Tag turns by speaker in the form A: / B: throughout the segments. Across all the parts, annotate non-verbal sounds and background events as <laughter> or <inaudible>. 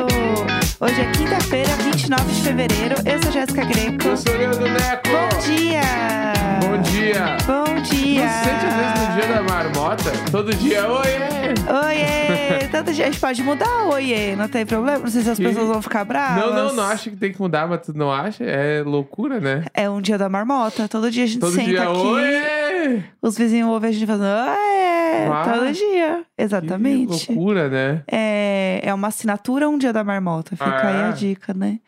A: um Hoje é quinta-feira, 29 de fevereiro. Eu sou Jéssica Greco.
B: Eu sou o Leandro Neco.
A: Bom dia!
B: Bom dia.
A: Bom
B: Não
A: dia!
B: sente às vezes no dia né? da marmota? Todo dia, oiê!
A: Oiê! Tanto dia, a gente pode mudar oiê, não tem problema? Não sei se as
B: Que-
A: pessoas vão ficar bravas.
B: Não, não, não acha que tem que mudar, mas tu não acha? É loucura, né?
A: É um dia da marmota. Todo dia a gente
B: Todo
A: senta
B: dia,
A: aqui.
B: oiê!
A: Os vizinhos ouvem a gente falando oiê!
B: Ah,
A: todo dia.
B: Que
A: Exatamente.
B: loucura, né?
A: É, é uma assinatura um dia da marmota. Fica
B: Ah,
A: aí a
B: é?
A: dica, né?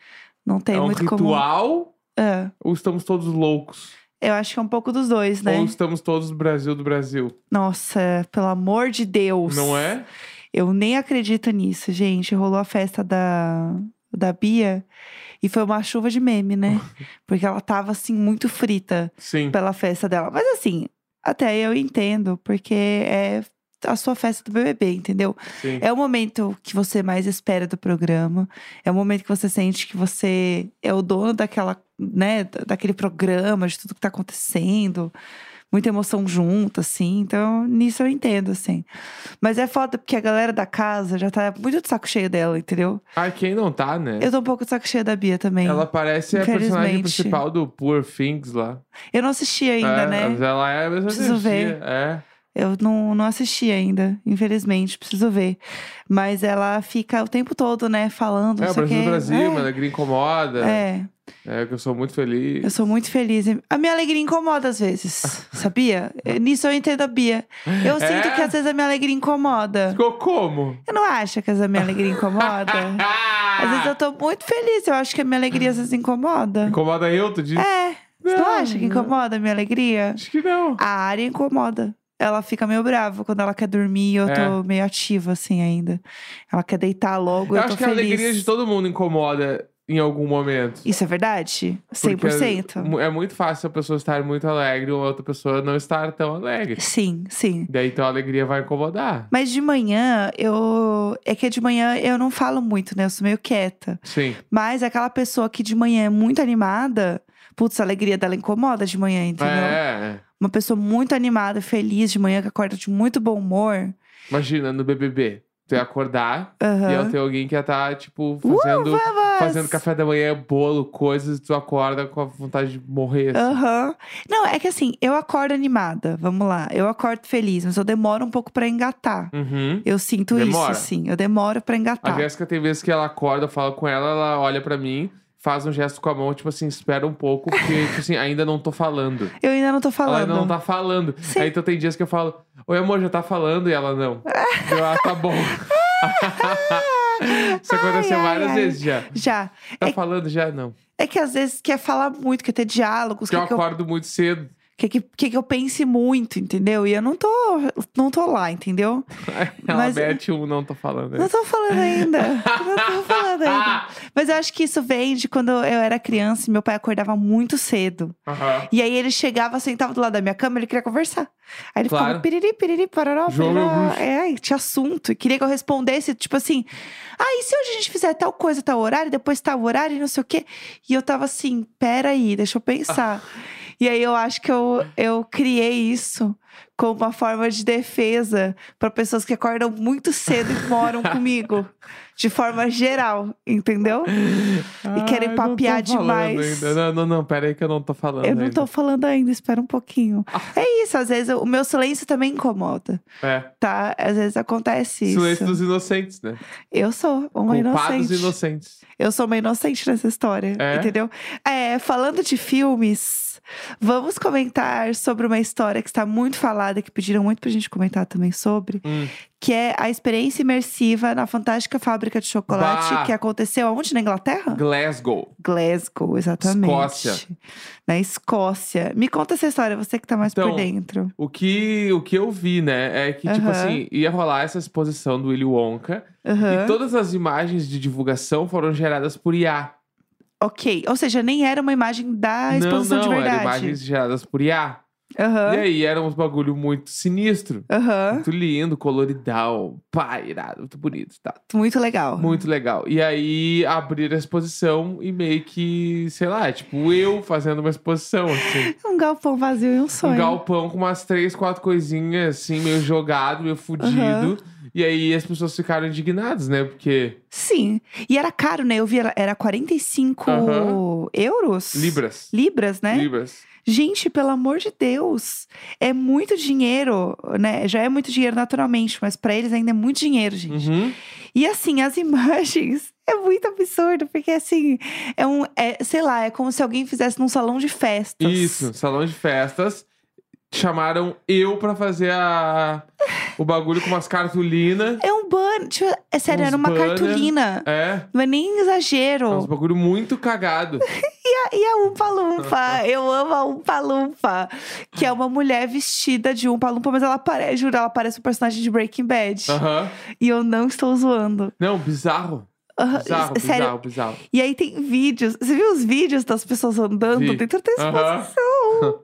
A: Não tem
B: é um
A: muito como.
B: ritual
A: É,
B: ou estamos todos loucos?
A: eu acho que é um pouco dos dois, né?
B: Ou estamos todos Brasil do Brasil?
A: Nossa, pelo amor de Deus.
B: Não é?
A: Eu nem acredito nisso, gente. Rolou a festa da, da Bia e foi uma chuva de meme,
B: <laughs>
A: né? Porque ela tava, assim, muito frita
B: Sim.
A: pela festa dela. Mas, assim, até aí eu entendo, porque é a sua festa do BBB, entendeu?
B: Sim.
A: É o momento que você mais espera do programa. É o momento que você sente que você é o dono daquela, né, da- daquele programa, de tudo que tá acontecendo. Muita emoção junta, assim. Então, nisso eu entendo, assim. Mas é foda porque a galera da casa já tá muito de saco cheio dela, entendeu?
B: Ah, quem não tá, né?
A: Eu tô um pouco de saco cheio da Bia também.
B: Ela parece a personagem
A: Infelizmente.
B: principal do Poor Things lá.
A: Eu não assisti ainda,
B: é,
A: né?
B: mas Ela é a mesma
A: Preciso
B: energia, É.
A: Eu não, não assisti ainda, infelizmente, preciso ver. Mas ela fica o tempo todo, né, falando.
B: É,
A: não
B: o
A: sei o
B: Brasil do
A: quê.
B: Brasil,
A: É,
B: mano. A gringa incomoda.
A: É,
B: É, que eu sou muito feliz.
A: Eu sou muito feliz. A minha alegria incomoda às
B: <laughs>
A: vezes, sabia? Eh, Nisso eu entendo a Bia. Eu
B: É?
A: sinto que às vezes a minha alegria incomoda.
B: Ficou como?
A: Eu não acho que às vezes a minha alegria
B: <laughs>
A: incomoda.
B: Ah!
A: Às vezes eu tô muito feliz, eu acho que a minha alegria às vezes incomoda.
B: Incomoda eu, tu diz?
A: É. Você não
B: Não,
A: acha que incomoda a minha alegria?
B: Acho que não.
A: A área incomoda. Ela fica meio brava quando ela quer dormir e eu
B: É.
A: tô meio ativa, assim, ainda. Ela quer deitar logo, eu,
B: acho
A: tô
B: que é
A: feliz.
B: a alegria de todo mundo incomoda em algum momento.
A: Isso é verdade?
B: Porque
A: 100%?
B: É, é muito fácil a pessoa estar muito alegre ou a outra pessoa não estar tão alegre.
A: Sim, sim.
B: Daí então a alegria vai incomodar.
A: Mas de manhã, eu. É que de manhã eu não falo muito, né? Eu sou meio quieta.
B: Sim.
A: Mas é aquela pessoa que de manhã é muito animada, putz, a alegria dela incomoda de manhã, entendeu?
B: É.
A: Uma pessoa muito animada, feliz de manhã, que acorda de muito bom humor.
B: Imagina no BBB. Tu ia acordar
A: Aham. Uh,
B: e ia ter alguém que ia estar, tipo, fazendo,
A: Vamos!
B: fazendo café da manhã, bolo, coisas, e tu acorda com a vontade de morrer. assim.
A: Aham. Não, é que assim, eu acordo animada, vamos lá. Eu acordo feliz, mas eu demoro um pouco pra engatar.
B: Uhum.
A: Eu sinto
B: Demora.
A: isso, sim. Eu demoro pra
B: A
A: engatar.
B: Jéssica tem vezes que ela acorda, eu falo com ela, ela olha pra mim, faz um gesto com a mão, tipo assim, espera um pouco, porque, tipo assim, ainda não tô falando.
A: Eu ainda não tô
B: Ela
A: falando.
B: ainda não tá falando.
A: Sim.
B: Aí então tem dias que eu falo, oi amor, já tá falando? E ela não. eu, ah,
A: <laughs>
B: tá bom. Isso aconteceu
A: Ai, ai,
B: várias
A: ai.
B: vezes já.
A: Já.
B: Tá
A: É-
B: falando já? Não.
A: É que às vezes quer falar muito, quer ter diálogos,
B: Porque eu
A: quer que eu
B: acordo muito cedo.
A: quer que, quer que eu pense muito, entendeu? E eu não tô, não tô lá, entendeu?
B: Ela
A: Mas-
B: mete um, não tô falando.
A: Não tô falando ainda. não tô falando ainda. Mas eu acho que isso vem de quando eu era criança e meu pai acordava muito cedo.
B: Ah! Aham.
A: E aí ele chegava, sentava do lado da minha cama, ele queria conversar. Aí ele ficava
B: Claro.
A: piriri, piriri, parará,
B: Jogo
A: parará.
B: bruxo.
A: É, e tinha assunto. E queria que eu respondesse, tipo assim, ah, e se hoje a gente fizer tal coisa, tal horário, depois tal horário, e não sei o quê? E eu tava assim, peraí, deixa eu pensar. e aí eu acho que eu, eu criei isso como uma forma de defesa pra pessoas que acordam muito cedo e
B: <laughs>
A: moram comigo. De forma geral, entendeu? E querem
B: Ai,
A: papear
B: não tô falando
A: demais.
B: ainda. Não, não, não, pera aí que eu não tô falando. Ah.
A: Eu não tô
B: ainda.
A: falando ainda, espera um pouquinho. É isso, às vezes o meu silêncio também incomoda,
B: É.
A: tá? Às vezes acontece isso.
B: Silêncio dos inocentes, né?
A: Eu sou uma
B: Culpados
A: inocente.
B: inocentes.
A: Eu sou uma inocente nessa história,
B: É?
A: entendeu? É, falando de filmes, vamos comentar sobre uma história que está muito falada, que pediram muito pra gente comentar também sobre,
B: Hum.
A: que é a experiência imersiva na fantástica fábrica de chocolate
B: Bah!
A: que aconteceu aonde? Na Inglaterra?
B: Glasgow.
A: Glasgow, exatamente.
B: Escócia.
A: Na Escócia. Me conta essa história, você que tá mais por
B: Então,
A: dentro.
B: O que, o que eu vi, né, é que, tipo
A: Aham.
B: assim, ia rolar essa exposição do Willy Wonka.
A: Aham.
B: E todas as imagens de divulgação foram geradas por IA.
A: Ok. Ou seja, nem era uma imagem da
B: não,
A: exposição
B: não,
A: de
B: eram
A: verdade.
B: imagens geradas por IA.
A: Aham.
B: E aí, era uns bagulho muito sinistro.
A: Aham.
B: Muito lindo, coloridão. Pá, irado, muito bonito, tá?
A: Muito legal.
B: Muito legal. E aí, abrir a exposição e meio que, sei lá, tipo, eu fazendo uma exposição, assim.
A: Um galpão vazio e um sonho.
B: Um galpão com umas três, quatro coisinhas, assim, meio jogado, meio fudido. E aí as pessoas ficaram indignadas, né? Porque.
A: Sim. E era caro, né? Eu vi, era- era 45
B: Aham.
A: euros.
B: Libras.
A: Libras, né?
B: Libras.
A: Gente, pelo amor de Deus. É muito dinheiro, né? Já é muito dinheiro naturalmente, mas pra eles ainda é muito dinheiro, gente.
B: Uhum.
A: E assim, as <laughs> imagens é muito absurdo, porque assim, é um. É, sei lá, é como se alguém fizesse num salão de festas.
B: Isso, salão de festas. Chamaram eu pra fazer a... o bagulho com umas cartolinas.
A: É um banner. Tipo, é sério,
B: Uns
A: era uma
B: banner.
A: cartolina.
B: É.
A: Não é nem exagero.
B: é Uns bagulho muito cagado.
A: E a Umpa Lumpa, eu amo a Umpa Lumpa, que é uma mulher vestida de Umpa Lumpa, mas ela parece, juro, ela parece um personagem de Breaking Bad.
B: Aham.
A: E eu não estou zoando.
B: Não, bizarro.
A: Aham,
B: Bizarro,
A: Sério.
B: bizarro, bizarro.
A: E aí tem vídeos. Você viu os vídeos das pessoas andando
B: Vi.
A: dentro da
B: Aham. <laughs>
A: exposição?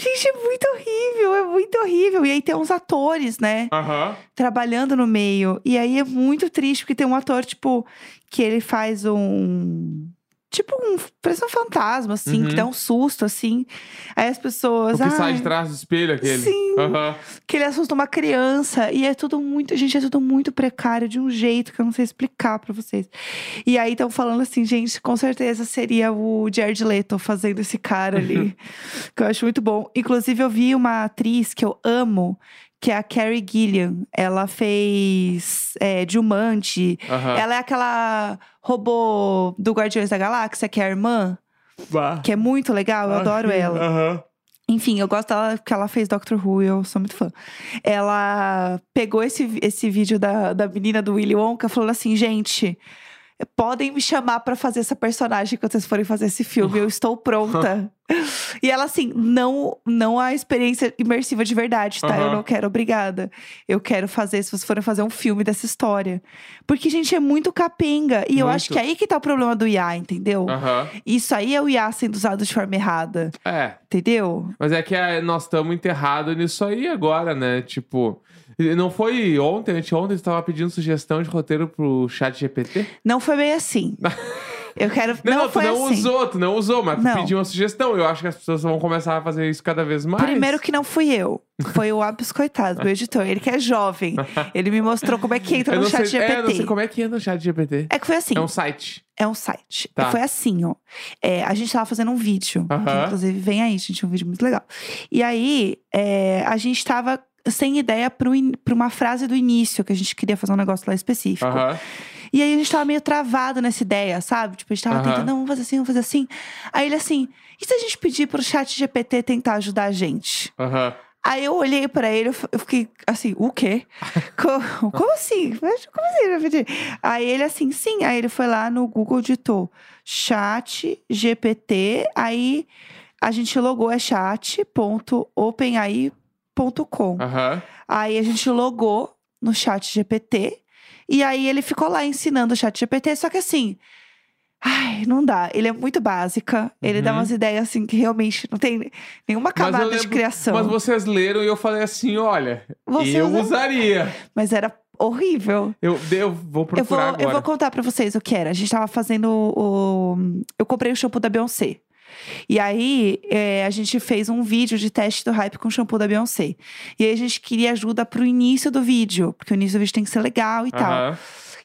A: Gente, é muito horrível, é muito horrível. E aí tem uns atores, né?
B: Aham.
A: trabalhando no meio. E aí é muito triste, porque tem um ator, tipo, que ele faz um. Tipo, um. Parece um fantasma, assim,
B: Uhum.
A: que dá um susto, assim. Aí as pessoas.
B: O que sai
A: "Ai",
B: de trás do espelho é aquele.
A: Sim.
B: Aham.
A: que ele assusta uma criança. E é tudo muito. Gente, é tudo muito precário, de um jeito que eu não sei explicar pra vocês. E aí estão falando assim, gente, com certeza seria o Jared Leto fazendo esse cara ali. que eu acho muito bom. Inclusive, eu vi uma atriz que eu amo. Que é a Carrie Gilliam. Ela fez é, Diamante.
B: Aham.
A: Ela é aquela robô do Guardiões da Galáxia, que é a irmã,
B: Bah.
A: que é muito legal,
B: Ah,
A: eu adoro
B: Achei.
A: ela.
B: Aham.
A: Enfim, eu gosto dela porque ela fez Doctor Who, eu sou muito fã. Ela pegou esse, vi- esse vídeo da, da menina do Willy Wonka falando assim, gente. Podem me chamar pra fazer essa personagem quando vocês forem fazer esse filme, eu estou pronta.
B: <laughs>
A: e ela assim, não não a experiência imersiva de verdade, tá? Eu
B: Aham.
A: não quero, obrigada. Eu quero fazer se vocês forem fazer um filme dessa história. Porque gente é muito capenga e eu acho
B: Muito.
A: que aí que tá o problema do IA, entendeu?
B: Aham.
A: Isso aí é o IA sendo usado de forma errada,
B: É.
A: entendeu?
B: Mas é que é, nós estamos enterrados nisso aí agora, né? Tipo. e Não foi ontem, anteontem, você tava pedindo sugestão de roteiro pro chat GPT? <laughs>
A: Não foi bem assim. Eu quero.
B: Não,
A: Não,
B: tu
A: foi
B: não
A: assim.
B: usou, tu não usou, mas tu
A: Não.
B: pediu uma sugestão. Eu acho que as pessoas vão começar a fazer isso cada vez mais.
A: Primeiro que não fui eu. Foi o Abis, coitado, meu editor. Ele que é jovem. Ele me mostrou como é que entra
B: eu
A: no
B: não
A: chat
B: sei,
A: GPT.
B: É, eu não sei como é que entra no chat GPT.
A: É que foi assim,
B: É um site.
A: site.
B: Tá.
A: Foi assim, ó. É, a gente tava fazendo um vídeo. que,
B: Aham.
A: inclusive, vem aí, gente, um vídeo muito legal. E aí, é, a gente tava sem ideia pro in- pra uma frase do início, que a gente queria fazer um negócio lá específico.
B: Aham.
A: E aí a gente tava meio travado nessa ideia, sabe? Tipo, a gente tava
B: Aham.
A: tentando, "Não, vamos fazer assim, vamos fazer assim. Aí ele assim, e se a gente pedir pro chat GPT tentar ajudar a gente?
B: Aham.
A: Aí eu olhei pra ele, eu f- eu fiquei assim, o quê? Co- Como assim? Mas Como assim? ele vai pedir? Aí ele assim, sim. Aí ele foi lá no Google, digitou chat GPT, aí a gente logou, é chat.openai.com.
B: Aham.
A: Aí a gente logou no chat GPT. E aí ele ficou lá ensinando o chat GPT. Só que assim. Ai, não dá. Ele é muito básica. Ele dá
B: Uhum.
A: umas ideias assim que realmente não tem nenhuma
B: Mas eu
A: camada de
B: lembro-
A: criação.
B: Mas vocês leram e eu falei assim: olha,
A: Você
B: eu
A: usa-
B: usaria.
A: Mas era horrível.
B: Eu, eu vou
A: Eu vou, eu
B: procurar agora.
A: vou contar pra vocês o que era. A gente tava fazendo o. Eu comprei o shampoo da Beyoncé. E aí, é, a gente fez um vídeo de teste do hype com o shampoo da Beyoncé. E aí, a gente queria ajuda pro início do vídeo, porque o início do vídeo tem que ser legal e tal.
B: Aham.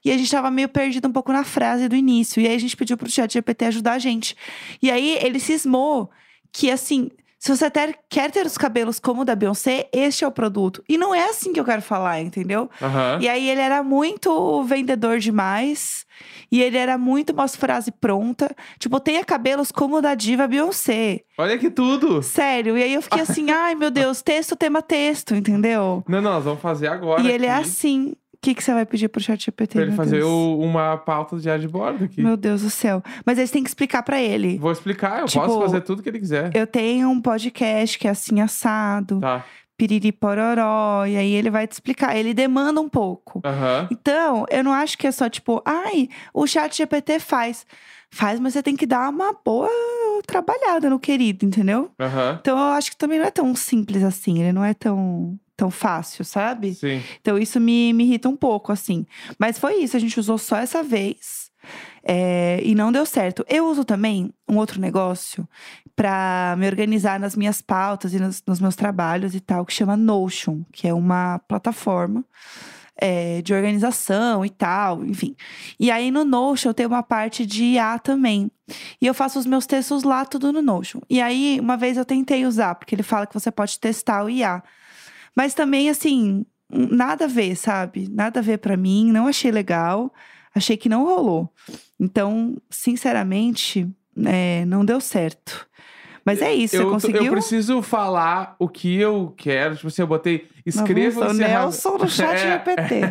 A: E a gente tava meio perdido um pouco na frase do início. E aí a gente pediu pro chat GPT ajudar a gente. E aí ele cismou que assim. Se você ter- quer ter os cabelos como o da Beyoncé, este é o produto. E não é assim que eu quero falar, entendeu?
B: Aham.
A: E aí ele era muito vendedor demais. E ele era muito umas frase pronta. Tipo, tenha cabelos como o da diva Beyoncé.
B: Olha que
A: é
B: tudo.
A: Sério. E aí eu
B: <laughs>
A: fiquei assim, ai meu Deus, texto, tema, texto, entendeu?
B: Não, não, nós vamos fazer agora.
A: e ele é
B: aqui,
A: assim. O que, que você vai pedir pro chat GPT?
B: Pra ele
A: meu
B: fazer
A: Deus?
B: o- uma pauta de diário de bordo aqui.
A: Meu Deus do céu. Mas eles têm que explicar pra ele.
B: Vou explicar, eu
A: Tipo,
B: posso fazer tudo que ele quiser.
A: Eu tenho um podcast que é assim assado,
B: Tá.
A: piriri pororó, e aí ele vai te explicar. Ele demanda um pouco.
B: Aham.
A: Então, eu não acho que é só tipo, ai, o chat GPT faz. Faz, mas você tem que dar uma boa trabalhada no querido, entendeu?
B: Aham.
A: Então, eu acho que também não é tão simples assim, ele não é tão, tão fácil, sabe?
B: Sim.
A: Então isso me, me irrita um pouco, assim. Mas foi isso, a gente usou só essa vez. é, e não deu certo. Eu uso também um outro negócio pra me organizar nas minhas pautas e nos, nos meus trabalhos e tal, que chama Notion, que é uma plataforma é, de organização e tal, enfim. E aí no Notion eu tenho uma parte de IA também. E eu faço os meus textos lá, tudo no Notion. E aí, uma vez eu tentei usar, porque ele fala que você pode testar o IA. Mas também, assim, nada a ver, sabe? Nada a ver pra mim, não achei legal, achei que não rolou. Então, sinceramente, é, não deu certo. Mas é isso,
B: eu,
A: você
B: tô-
A: conseguiu?
B: eu preciso falar o que eu quero. Tipo assim, eu botei. Escrevo
A: Avulsa, o
B: encerra-
A: Nelson no chat
B: <laughs> É.
A: GPT.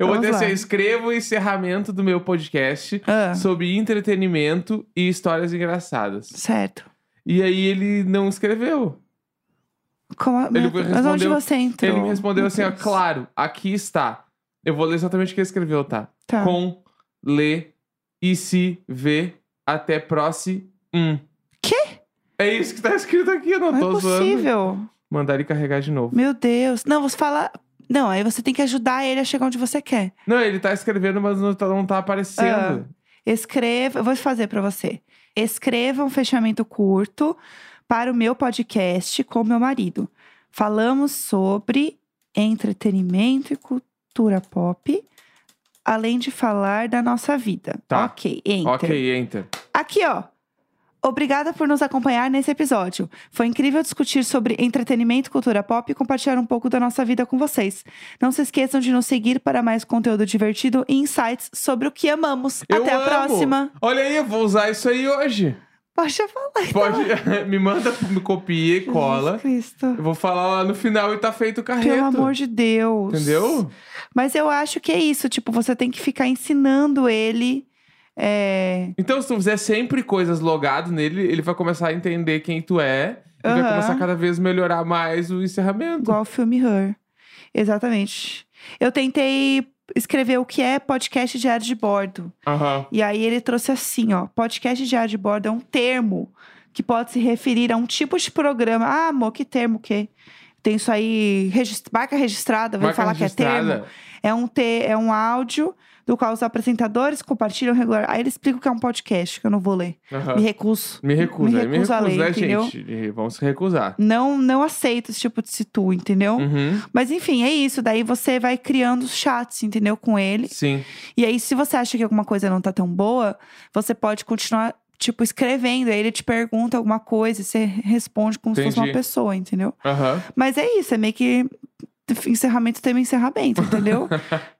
B: eu
A: Vamos
B: botei assim:
A: lá.
B: escrevo o encerramento do meu podcast
A: Ah,
B: sobre entretenimento e histórias engraçadas.
A: certo.
B: E aí ele não escreveu.
A: Como a-
B: Ele
A: Mas onde
B: respondeu-
A: você entrou?
B: Ele me respondeu
A: Meu
B: assim: ó,
A: Deus.
B: claro, aqui está. Eu vou ler exatamente o que ele escreveu, tá?
A: Tá.
B: Com, lê e se vê até próximo.
A: Quê?
B: É isso que tá escrito aqui, eu não,
A: Não
B: tô
A: é
B: zoando.
A: possível.
B: Mandar ele carregar de novo.
A: Meu Deus. Não, você fala. Não, aí você tem que ajudar ele a chegar onde você quer.
B: Não, ele tá escrevendo, mas não tá, não tá aparecendo.
A: Ah, Escreva. Eu vou fazer pra você. Escreva um fechamento curto para o meu podcast com meu marido. Falamos sobre entretenimento e cultura pop, além de falar da nossa vida.
B: Tá.
A: Ok, enter.
B: ok, enter.
A: Aqui, ó. Obrigada por nos acompanhar nesse episódio. Foi incrível discutir sobre entretenimento, cultura pop e compartilhar um pouco da nossa vida com vocês. Não se esqueçam de nos seguir para mais conteúdo divertido e insights sobre o que amamos.
B: Eu
A: Até
B: amo.
A: a próxima.
B: Olha aí, eu vou usar isso aí hoje.
A: Poxa, fala.
B: Pode, <laughs> me manda, me copia e cola.
A: Jesus Cristo.
B: Eu vou falar lá no final e tá feito o carreto.
A: Pelo amor de Deus.
B: Entendeu?
A: Mas eu acho que é isso. Tipo, você tem que ficar ensinando ele. É...
B: Então, se tu fizer sempre coisas logado nele, ele vai começar a entender quem tu é. E vai
A: Aham.
B: começar cada vez a melhorar mais o encerramento.
A: Igual o filme Her. Exatamente. Eu tentei escrever o que é podcast diário de bordo.
B: Aham.
A: E aí ele trouxe assim, ó, podcast diário de bordo é um termo que pode se referir a um tipo de programa. Ah, amor, que termo que tem isso aí, regis- marca registrada, vai
B: Marca
A: falar que é termo.
B: registrada.
A: É um te, é um áudio do qual os apresentadores compartilham regular. Aí ele explica o que é um podcast, que eu não vou ler.
B: Aham.
A: Me recuso.
B: Me recusa,
A: me recuso a
B: me
A: ler,
B: recusa, né,
A: entendeu?
B: gente? Vamos se recusar.
A: Não, não aceito esse tipo de situ, entendeu?
B: Uhum.
A: Mas enfim, é isso. Daí você vai criando os chats, entendeu? Com ele.
B: Sim.
A: E aí, se você acha que alguma coisa não tá tão boa, você pode continuar, tipo, escrevendo. Aí ele te pergunta alguma coisa e você responde como se fosse uma
B: Entendi.
A: pessoa, entendeu?
B: Aham.
A: Mas é isso, é meio que encerramento tema encerramento,
B: <laughs>
A: entendeu?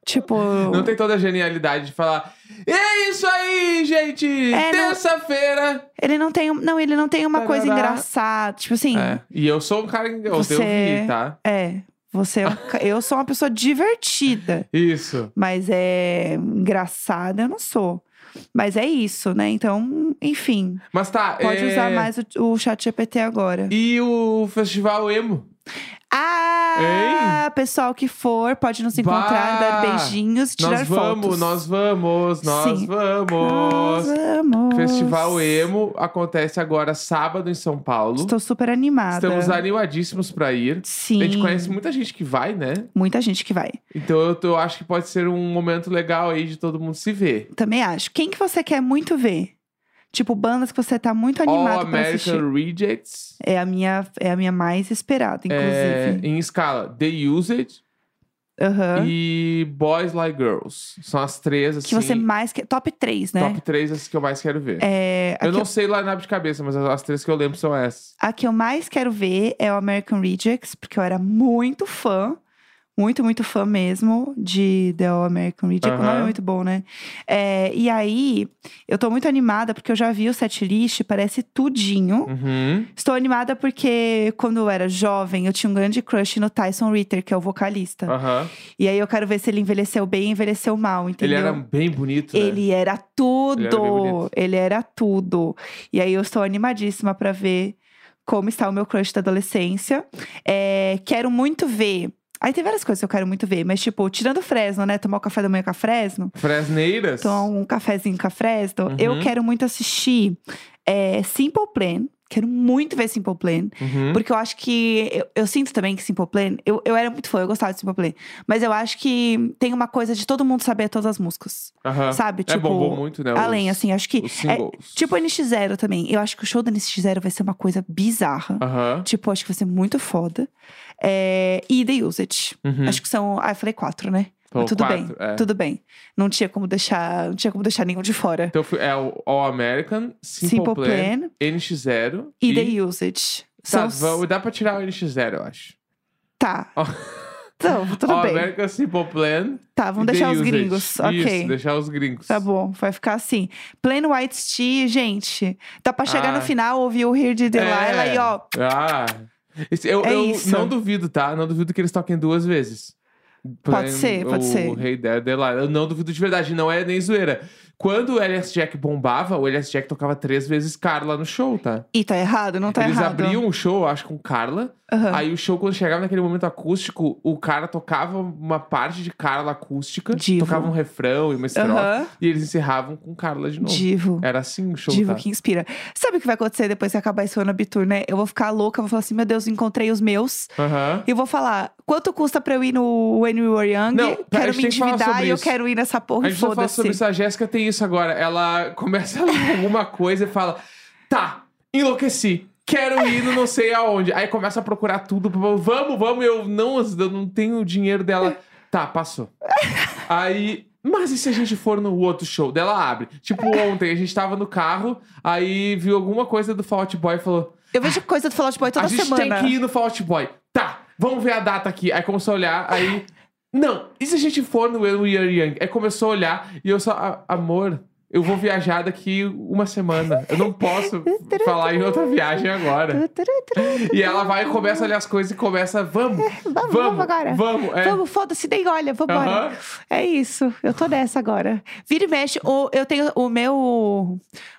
A: tipo.
B: Não tem toda a genialidade de falar. É isso aí, gente!
A: É, não-
B: Terça-feira!
A: Ele não tem. Não, ele não tem uma coisa
B: Tarará.
A: engraçada. Tipo assim,
B: É. E eu sou um cara. que- Eu
A: Você-
B: te ouvi, tá?
A: é. Você é um ca- Eu sou uma pessoa divertida.
B: Isso.
A: Mas é engraçada, eu não sou. Mas é isso, né? Então, enfim.
B: Mas tá.
A: Pode
B: é,
A: usar mais o, o chat GPT agora.
B: E o Festival Emo?
A: Ah, pessoal que for, pode nos encontrar,
B: Bah!
A: dar beijinhos, tirar
B: nós vamos,
A: fotos.
B: nós vamos, nós
A: Sim.
B: vamos.
A: vamos.
B: Festival Emo acontece agora sábado em São Paulo.
A: Estou super animada.
B: Estamos animadíssimos pra ir.
A: Sim.
B: A gente conhece muita gente que vai, né?
A: muita gente que vai.
B: Então eu, tô- eu acho que pode ser um momento legal aí de todo mundo se ver.
A: Também acho. Quem que você quer muito ver? Tipo bandas que você tá muito
B: All
A: animado pra assistir.
B: American Rejects.
A: É a minha, é a minha mais esperada,
B: é,
A: inclusive.
B: em escala The Used
A: Aham.
B: e Boys Like Girls. São as três, assim.
A: Que você mais quer, top 3, né?
B: Top três as que eu mais quero ver.
A: É, a,
B: eu
A: que
B: não sei lá na de cabeça, mas as, as três que eu lembro são essas.
A: A que eu mais quero ver é o American Rejects, porque eu era muito fã, muito, muito fã mesmo de The All American Rejects. O nome é
B: Aham.
A: muito bom, né? É, e aí, eu tô muito animada porque eu já vi o setlist, parece tudinho.
B: Uhum.
A: Estou animada porque quando eu era jovem, eu tinha um grande crush no Tyson Ritter, que é o vocalista.
B: Aham.
A: E aí eu quero ver se ele envelheceu bem e envelheceu mal, entendeu?
B: Ele era bem bonito, né?
A: Ele era tudo.
B: Ele era bem bonito.
A: Ele era tudo. E aí eu estou animadíssima pra ver como está o meu crush da adolescência. É, quero muito ver. Aí tem várias coisas que eu quero muito ver, mas tipo, tirando o Fresno, né? Tomar o café da manhã com a Fresno,
B: Fresneiras?
A: tomar um cafezinho com a Fresno.
B: Uhum.
A: Eu quero muito assistir é, Simple Plan. Quero muito ver Simple Plan.
B: Uhum.
A: Porque eu acho que. Eu, eu sinto também que Simple Plan. Eu, eu era muito fã, eu gostava de Simple Plan. Mas eu acho que tem uma coisa de todo mundo saber todas as músicas.
B: Aham.
A: Sabe?
B: É
A: tipo,
B: bombou muito, né? os-
A: além, assim, acho que.
B: Os
A: é,
B: singles.
A: tipo NX0 também. Eu acho que o show da NX0 vai ser uma coisa bizarra.
B: Aham.
A: Tipo, acho que vai ser muito foda. É, e The Use It.
B: Uhum.
A: Acho que são. Ah, eu falei quatro, né?
B: Então,
A: Mas tudo
B: quatro,
A: bem,
B: é.
A: tudo bem. Não tinha como deixar, não tinha como deixar nenhum de fora.
B: Então, é o All American, Simple,
A: Simple
B: Plan,
A: Plan
B: NX0
A: e The Usage.
B: Tá,
A: São os-
B: vamos- dá pra tirar o NX0, eu acho.
A: Tá.
B: Ó.
A: Então, tudo
B: All
A: bem.
B: American, Simple Plan.
A: Tá,
B: e
A: vamos
B: The
A: deixar os
B: Usage.
A: gringos.
B: Isso,
A: ok.
B: deixar os gringos.
A: Tá bom, vai ficar assim. Plain White Tea, gente. Dá pra chegar
B: Ah.
A: no final, ouvir o Here de Delilah
B: É.
A: e ó.
B: Ah. Esse- eu
A: É
B: eu
A: isso.
B: não duvido, tá? Não duvido que eles toquem duas vezes. Plan-
A: ser, pode
B: o
A: ser.
B: Rei Dare Delilah. Eu não duvido de verdade, não é nem zoeira. Quando o LS Jack bombava, o LS Jack tocava três vezes Carla no show, tá?
A: Ih, tá errado, não tá
B: eles
A: errado.
B: abriam o show, eu acho, com Carla.
A: Aham.
B: Aí o show, quando chegava naquele momento acústico, o cara tocava uma parte de Carla acústica,
A: Divo.
B: tocava um refrão e uma estrofe,
A: Aham.
B: e eles encerravam com Carla de novo.
A: Divo.
B: Era assim o show,
A: Divo
B: tá?
A: que inspira. Sabe o que vai acontecer depois que acabar esse ano Bitur, né? Eu vou ficar louca, vou falar assim: meu Deus, encontrei os meus.
B: Aham.
A: E vou falar: quanto custa pra eu ir no When We Were Young?
B: Não, tá, a
A: quero
B: gente
A: me
B: tem que falar
A: endividar
B: sobre
A: e eu
B: isso.
A: quero ir nessa porra
B: A
A: e
B: gente não fala sobre
A: foda-se.
B: isso. A Jéssica tem isso agora. Ela começa com alguma coisa e fala: tá, enlouqueci. Quero ir no não sei aonde. Aí começa a procurar tudo. Vamos, vamos. Eu não, eu não tenho o dinheiro dela. Tá, passou. Aí. Mas e se a gente for no outro show? Dela abre. Tipo, ontem a gente tava no carro, aí viu alguma coisa do Fall Out Boy e falou:
A: Eu vejo coisa do Fall Out Boy toda
B: a gente
A: semana.
B: tem que ir no Fall Out Boy. Tá, vamos ver a data aqui. Aí começou a olhar, aí. Não, e se a gente for no When We Are Young? Aí começou a olhar e eu só. "Ah, Amor, eu vou viajar daqui uma semana. Eu não
A: <laughs>
B: posso falar em outra viagem agora. E ela vai e começa a olhar as coisas e começa. Vamos!
A: <laughs>
B: Vamos,
A: vamos agora.
B: Vamos, é.
A: Vamos, foda-se, nem olha, vambora.
B: Aham.
A: É isso, eu tô nessa agora. Vira e mexe, o, eu tenho o meu,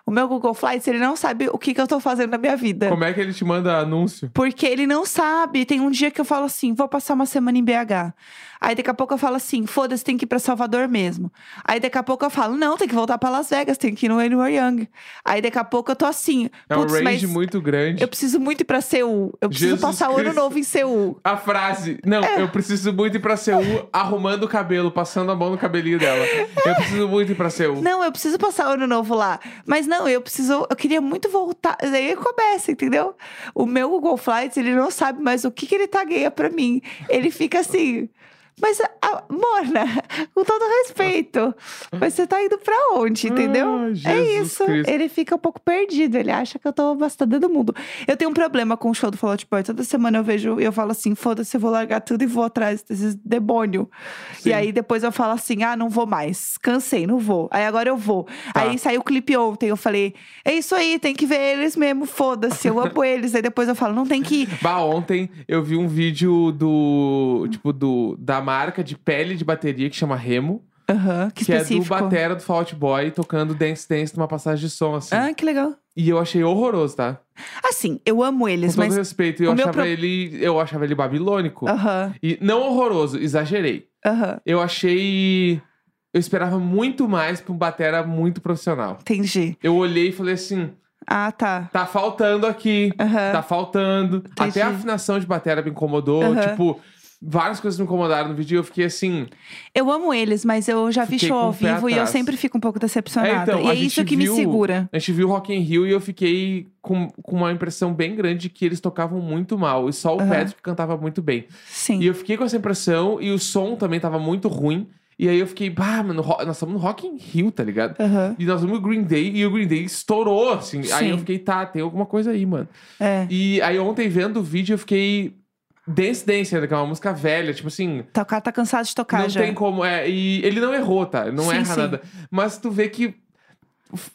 A: o meu Google Flights, ele não sabe o que, que eu tô fazendo na minha vida.
B: Como é que ele te manda anúncio?
A: Porque ele não sabe. Tem um dia que eu falo assim, vou passar uma semana em BH. Aí daqui a pouco eu falo assim, foda-se, tem que ir pra Salvador mesmo. Aí daqui a pouco eu falo, não, tem que voltar pra Las Vegas, tem que ir no Anywhere Young. Aí daqui a pouco eu tô assim,
B: É um
A: putz, mas
B: range muito grande.
A: eu preciso muito ir pra Seul. Eu preciso
B: Jesus
A: passar o ano
B: Cristo.
A: novo em Seul.
B: A frase, não,
A: É.
B: eu preciso muito ir pra Seul arrumando o cabelo, passando a mão no cabelinho dela. Eu preciso muito ir pra Seul.
A: Não, eu preciso passar o ano novo lá. Mas não, eu preciso. Eu queria muito voltar. Daí começa, entendeu? O meu Google Flights, ele não sabe mais o que, que ele tagueia pra mim. Ele fica assim. Mas, ah, Morna, <laughs> com todo respeito, mas você tá indo pra onde, entendeu?
B: Ah,
A: é
B: Jesus
A: isso.
B: Cristo.
A: Ele fica um pouco perdido. Ele acha que eu tô abastando do mundo. Eu tenho um problema com o show do Fall Out Boy. Toda semana eu vejo e eu falo assim: foda-se, eu vou largar tudo e vou atrás desses demônio.
B: Sim.
A: E aí depois eu falo assim: ah, não vou mais. Cansei, não vou. Aí agora eu vou.
B: Tá.
A: Aí saiu o clipe ontem. Eu falei: é isso aí, tem que ver eles mesmo. Foda-se, eu
B: <laughs>
A: amo eles. Aí depois eu falo: não tem que ir.
B: Bah, ontem eu vi um vídeo do. Tipo, do, da marca de pele de bateria que chama Remo,
A: Aham, que
B: que, é do
A: específico.
B: Batera do Fall Out Boy tocando Dance Dance numa passagem de som, assim.
A: ah, que legal.
B: E eu achei horroroso, tá?
A: Assim, eu amo
B: Com
A: eles,
B: todo
A: mas.
B: respeito. E Eu
A: o meu
B: achava
A: pro- Ah.
B: ele. Eu achava ele babilônico.
A: Aham,
B: E não horroroso, exagerei.
A: aham.
B: Eu achei. Eu esperava muito mais pra um Batera muito profissional.
A: Entendi.
B: Eu olhei e falei assim:
A: Ah, tá.
B: tá faltando aqui.
A: Aham.
B: tá faltando. Até a afinação de bateria me incomodou.
A: Aham.
B: Tipo, várias coisas me incomodaram no vídeo e eu fiquei assim.
A: Eu amo eles, mas eu já vi
B: Fiquei
A: show
B: com
A: ao
B: o pé
A: vivo e eu
B: atrás.
A: sempre fico um pouco decepcionada.
B: É, então,
A: e
B: a
A: é
B: gente
A: isso que
B: viu-
A: me segura.
B: A gente viu Rock in Rio e eu fiquei com, com uma impressão bem grande de que eles tocavam muito mal. E só o
A: Aham.
B: Patrick cantava muito bem.
A: Sim.
B: E eu fiquei com essa impressão e o som também tava muito ruim. E aí eu fiquei, bah, mano, ro- nós estamos no Rock in Rio, tá ligado?
A: Aham.
B: E nós vimos o Green Day e o Green Day estourou, assim. Aí
A: Sim.
B: eu fiquei, tá, tem alguma coisa aí, mano.
A: É.
B: E aí ontem vendo o vídeo eu fiquei... Dance Dance ainda, que é uma música velha, tipo assim,
A: Tá, o cara tá cansado de tocar
B: não
A: já.
B: tem como. É, e ele não errou, tá? Ele Não
A: Sim,
B: erra
A: sim.
B: nada. Mas tu vê que.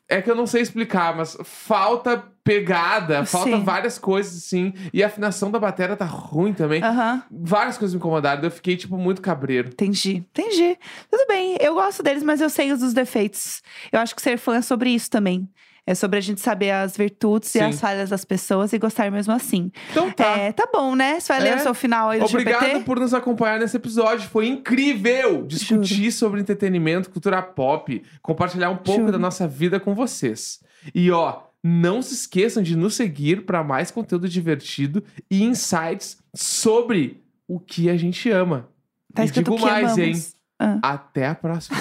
B: É que eu não sei explicar, mas falta pegada, falta
A: Sim.
B: várias coisas, assim. E a afinação da bateria tá ruim também.
A: Aham.
B: Várias coisas me incomodaram. Eu fiquei, tipo, muito cabreiro.
A: Entendi, entendi. Tudo bem, eu gosto deles, mas eu sei os dos defeitos. Eu acho que ser fã é sobre isso também. É sobre a gente saber as virtudes e
B: Sim.
A: as falhas das pessoas e gostar mesmo assim.
B: Então tá.
A: É, tá bom, né? Você vai ler
B: É.
A: o seu final aí do
B: Obrigado
A: GPT?
B: por nos acompanhar nesse episódio. Foi incrível discutir sobre entretenimento, cultura pop, compartilhar um pouco
A: Juro.
B: da nossa vida com vocês. E ó, não se esqueçam de nos seguir para mais conteúdo divertido e insights sobre o que a gente ama.
A: Tá
B: e
A: escrito
B: digo
A: que
B: mais,
A: amamos.
B: hein?
A: Ah.
B: Até a próxima.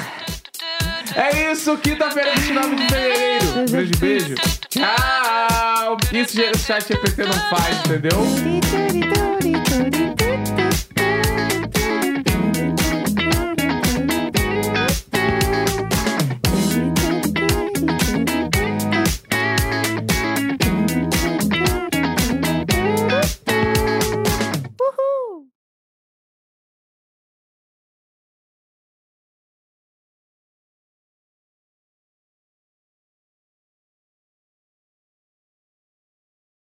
B: É isso, quinta-feira, 29 de fevereiro. Um grande beijo. Tchau! Isso o chat GPT não faz, entendeu?
A: Tiri, tiri, tiri, tiri, tiri, tiri.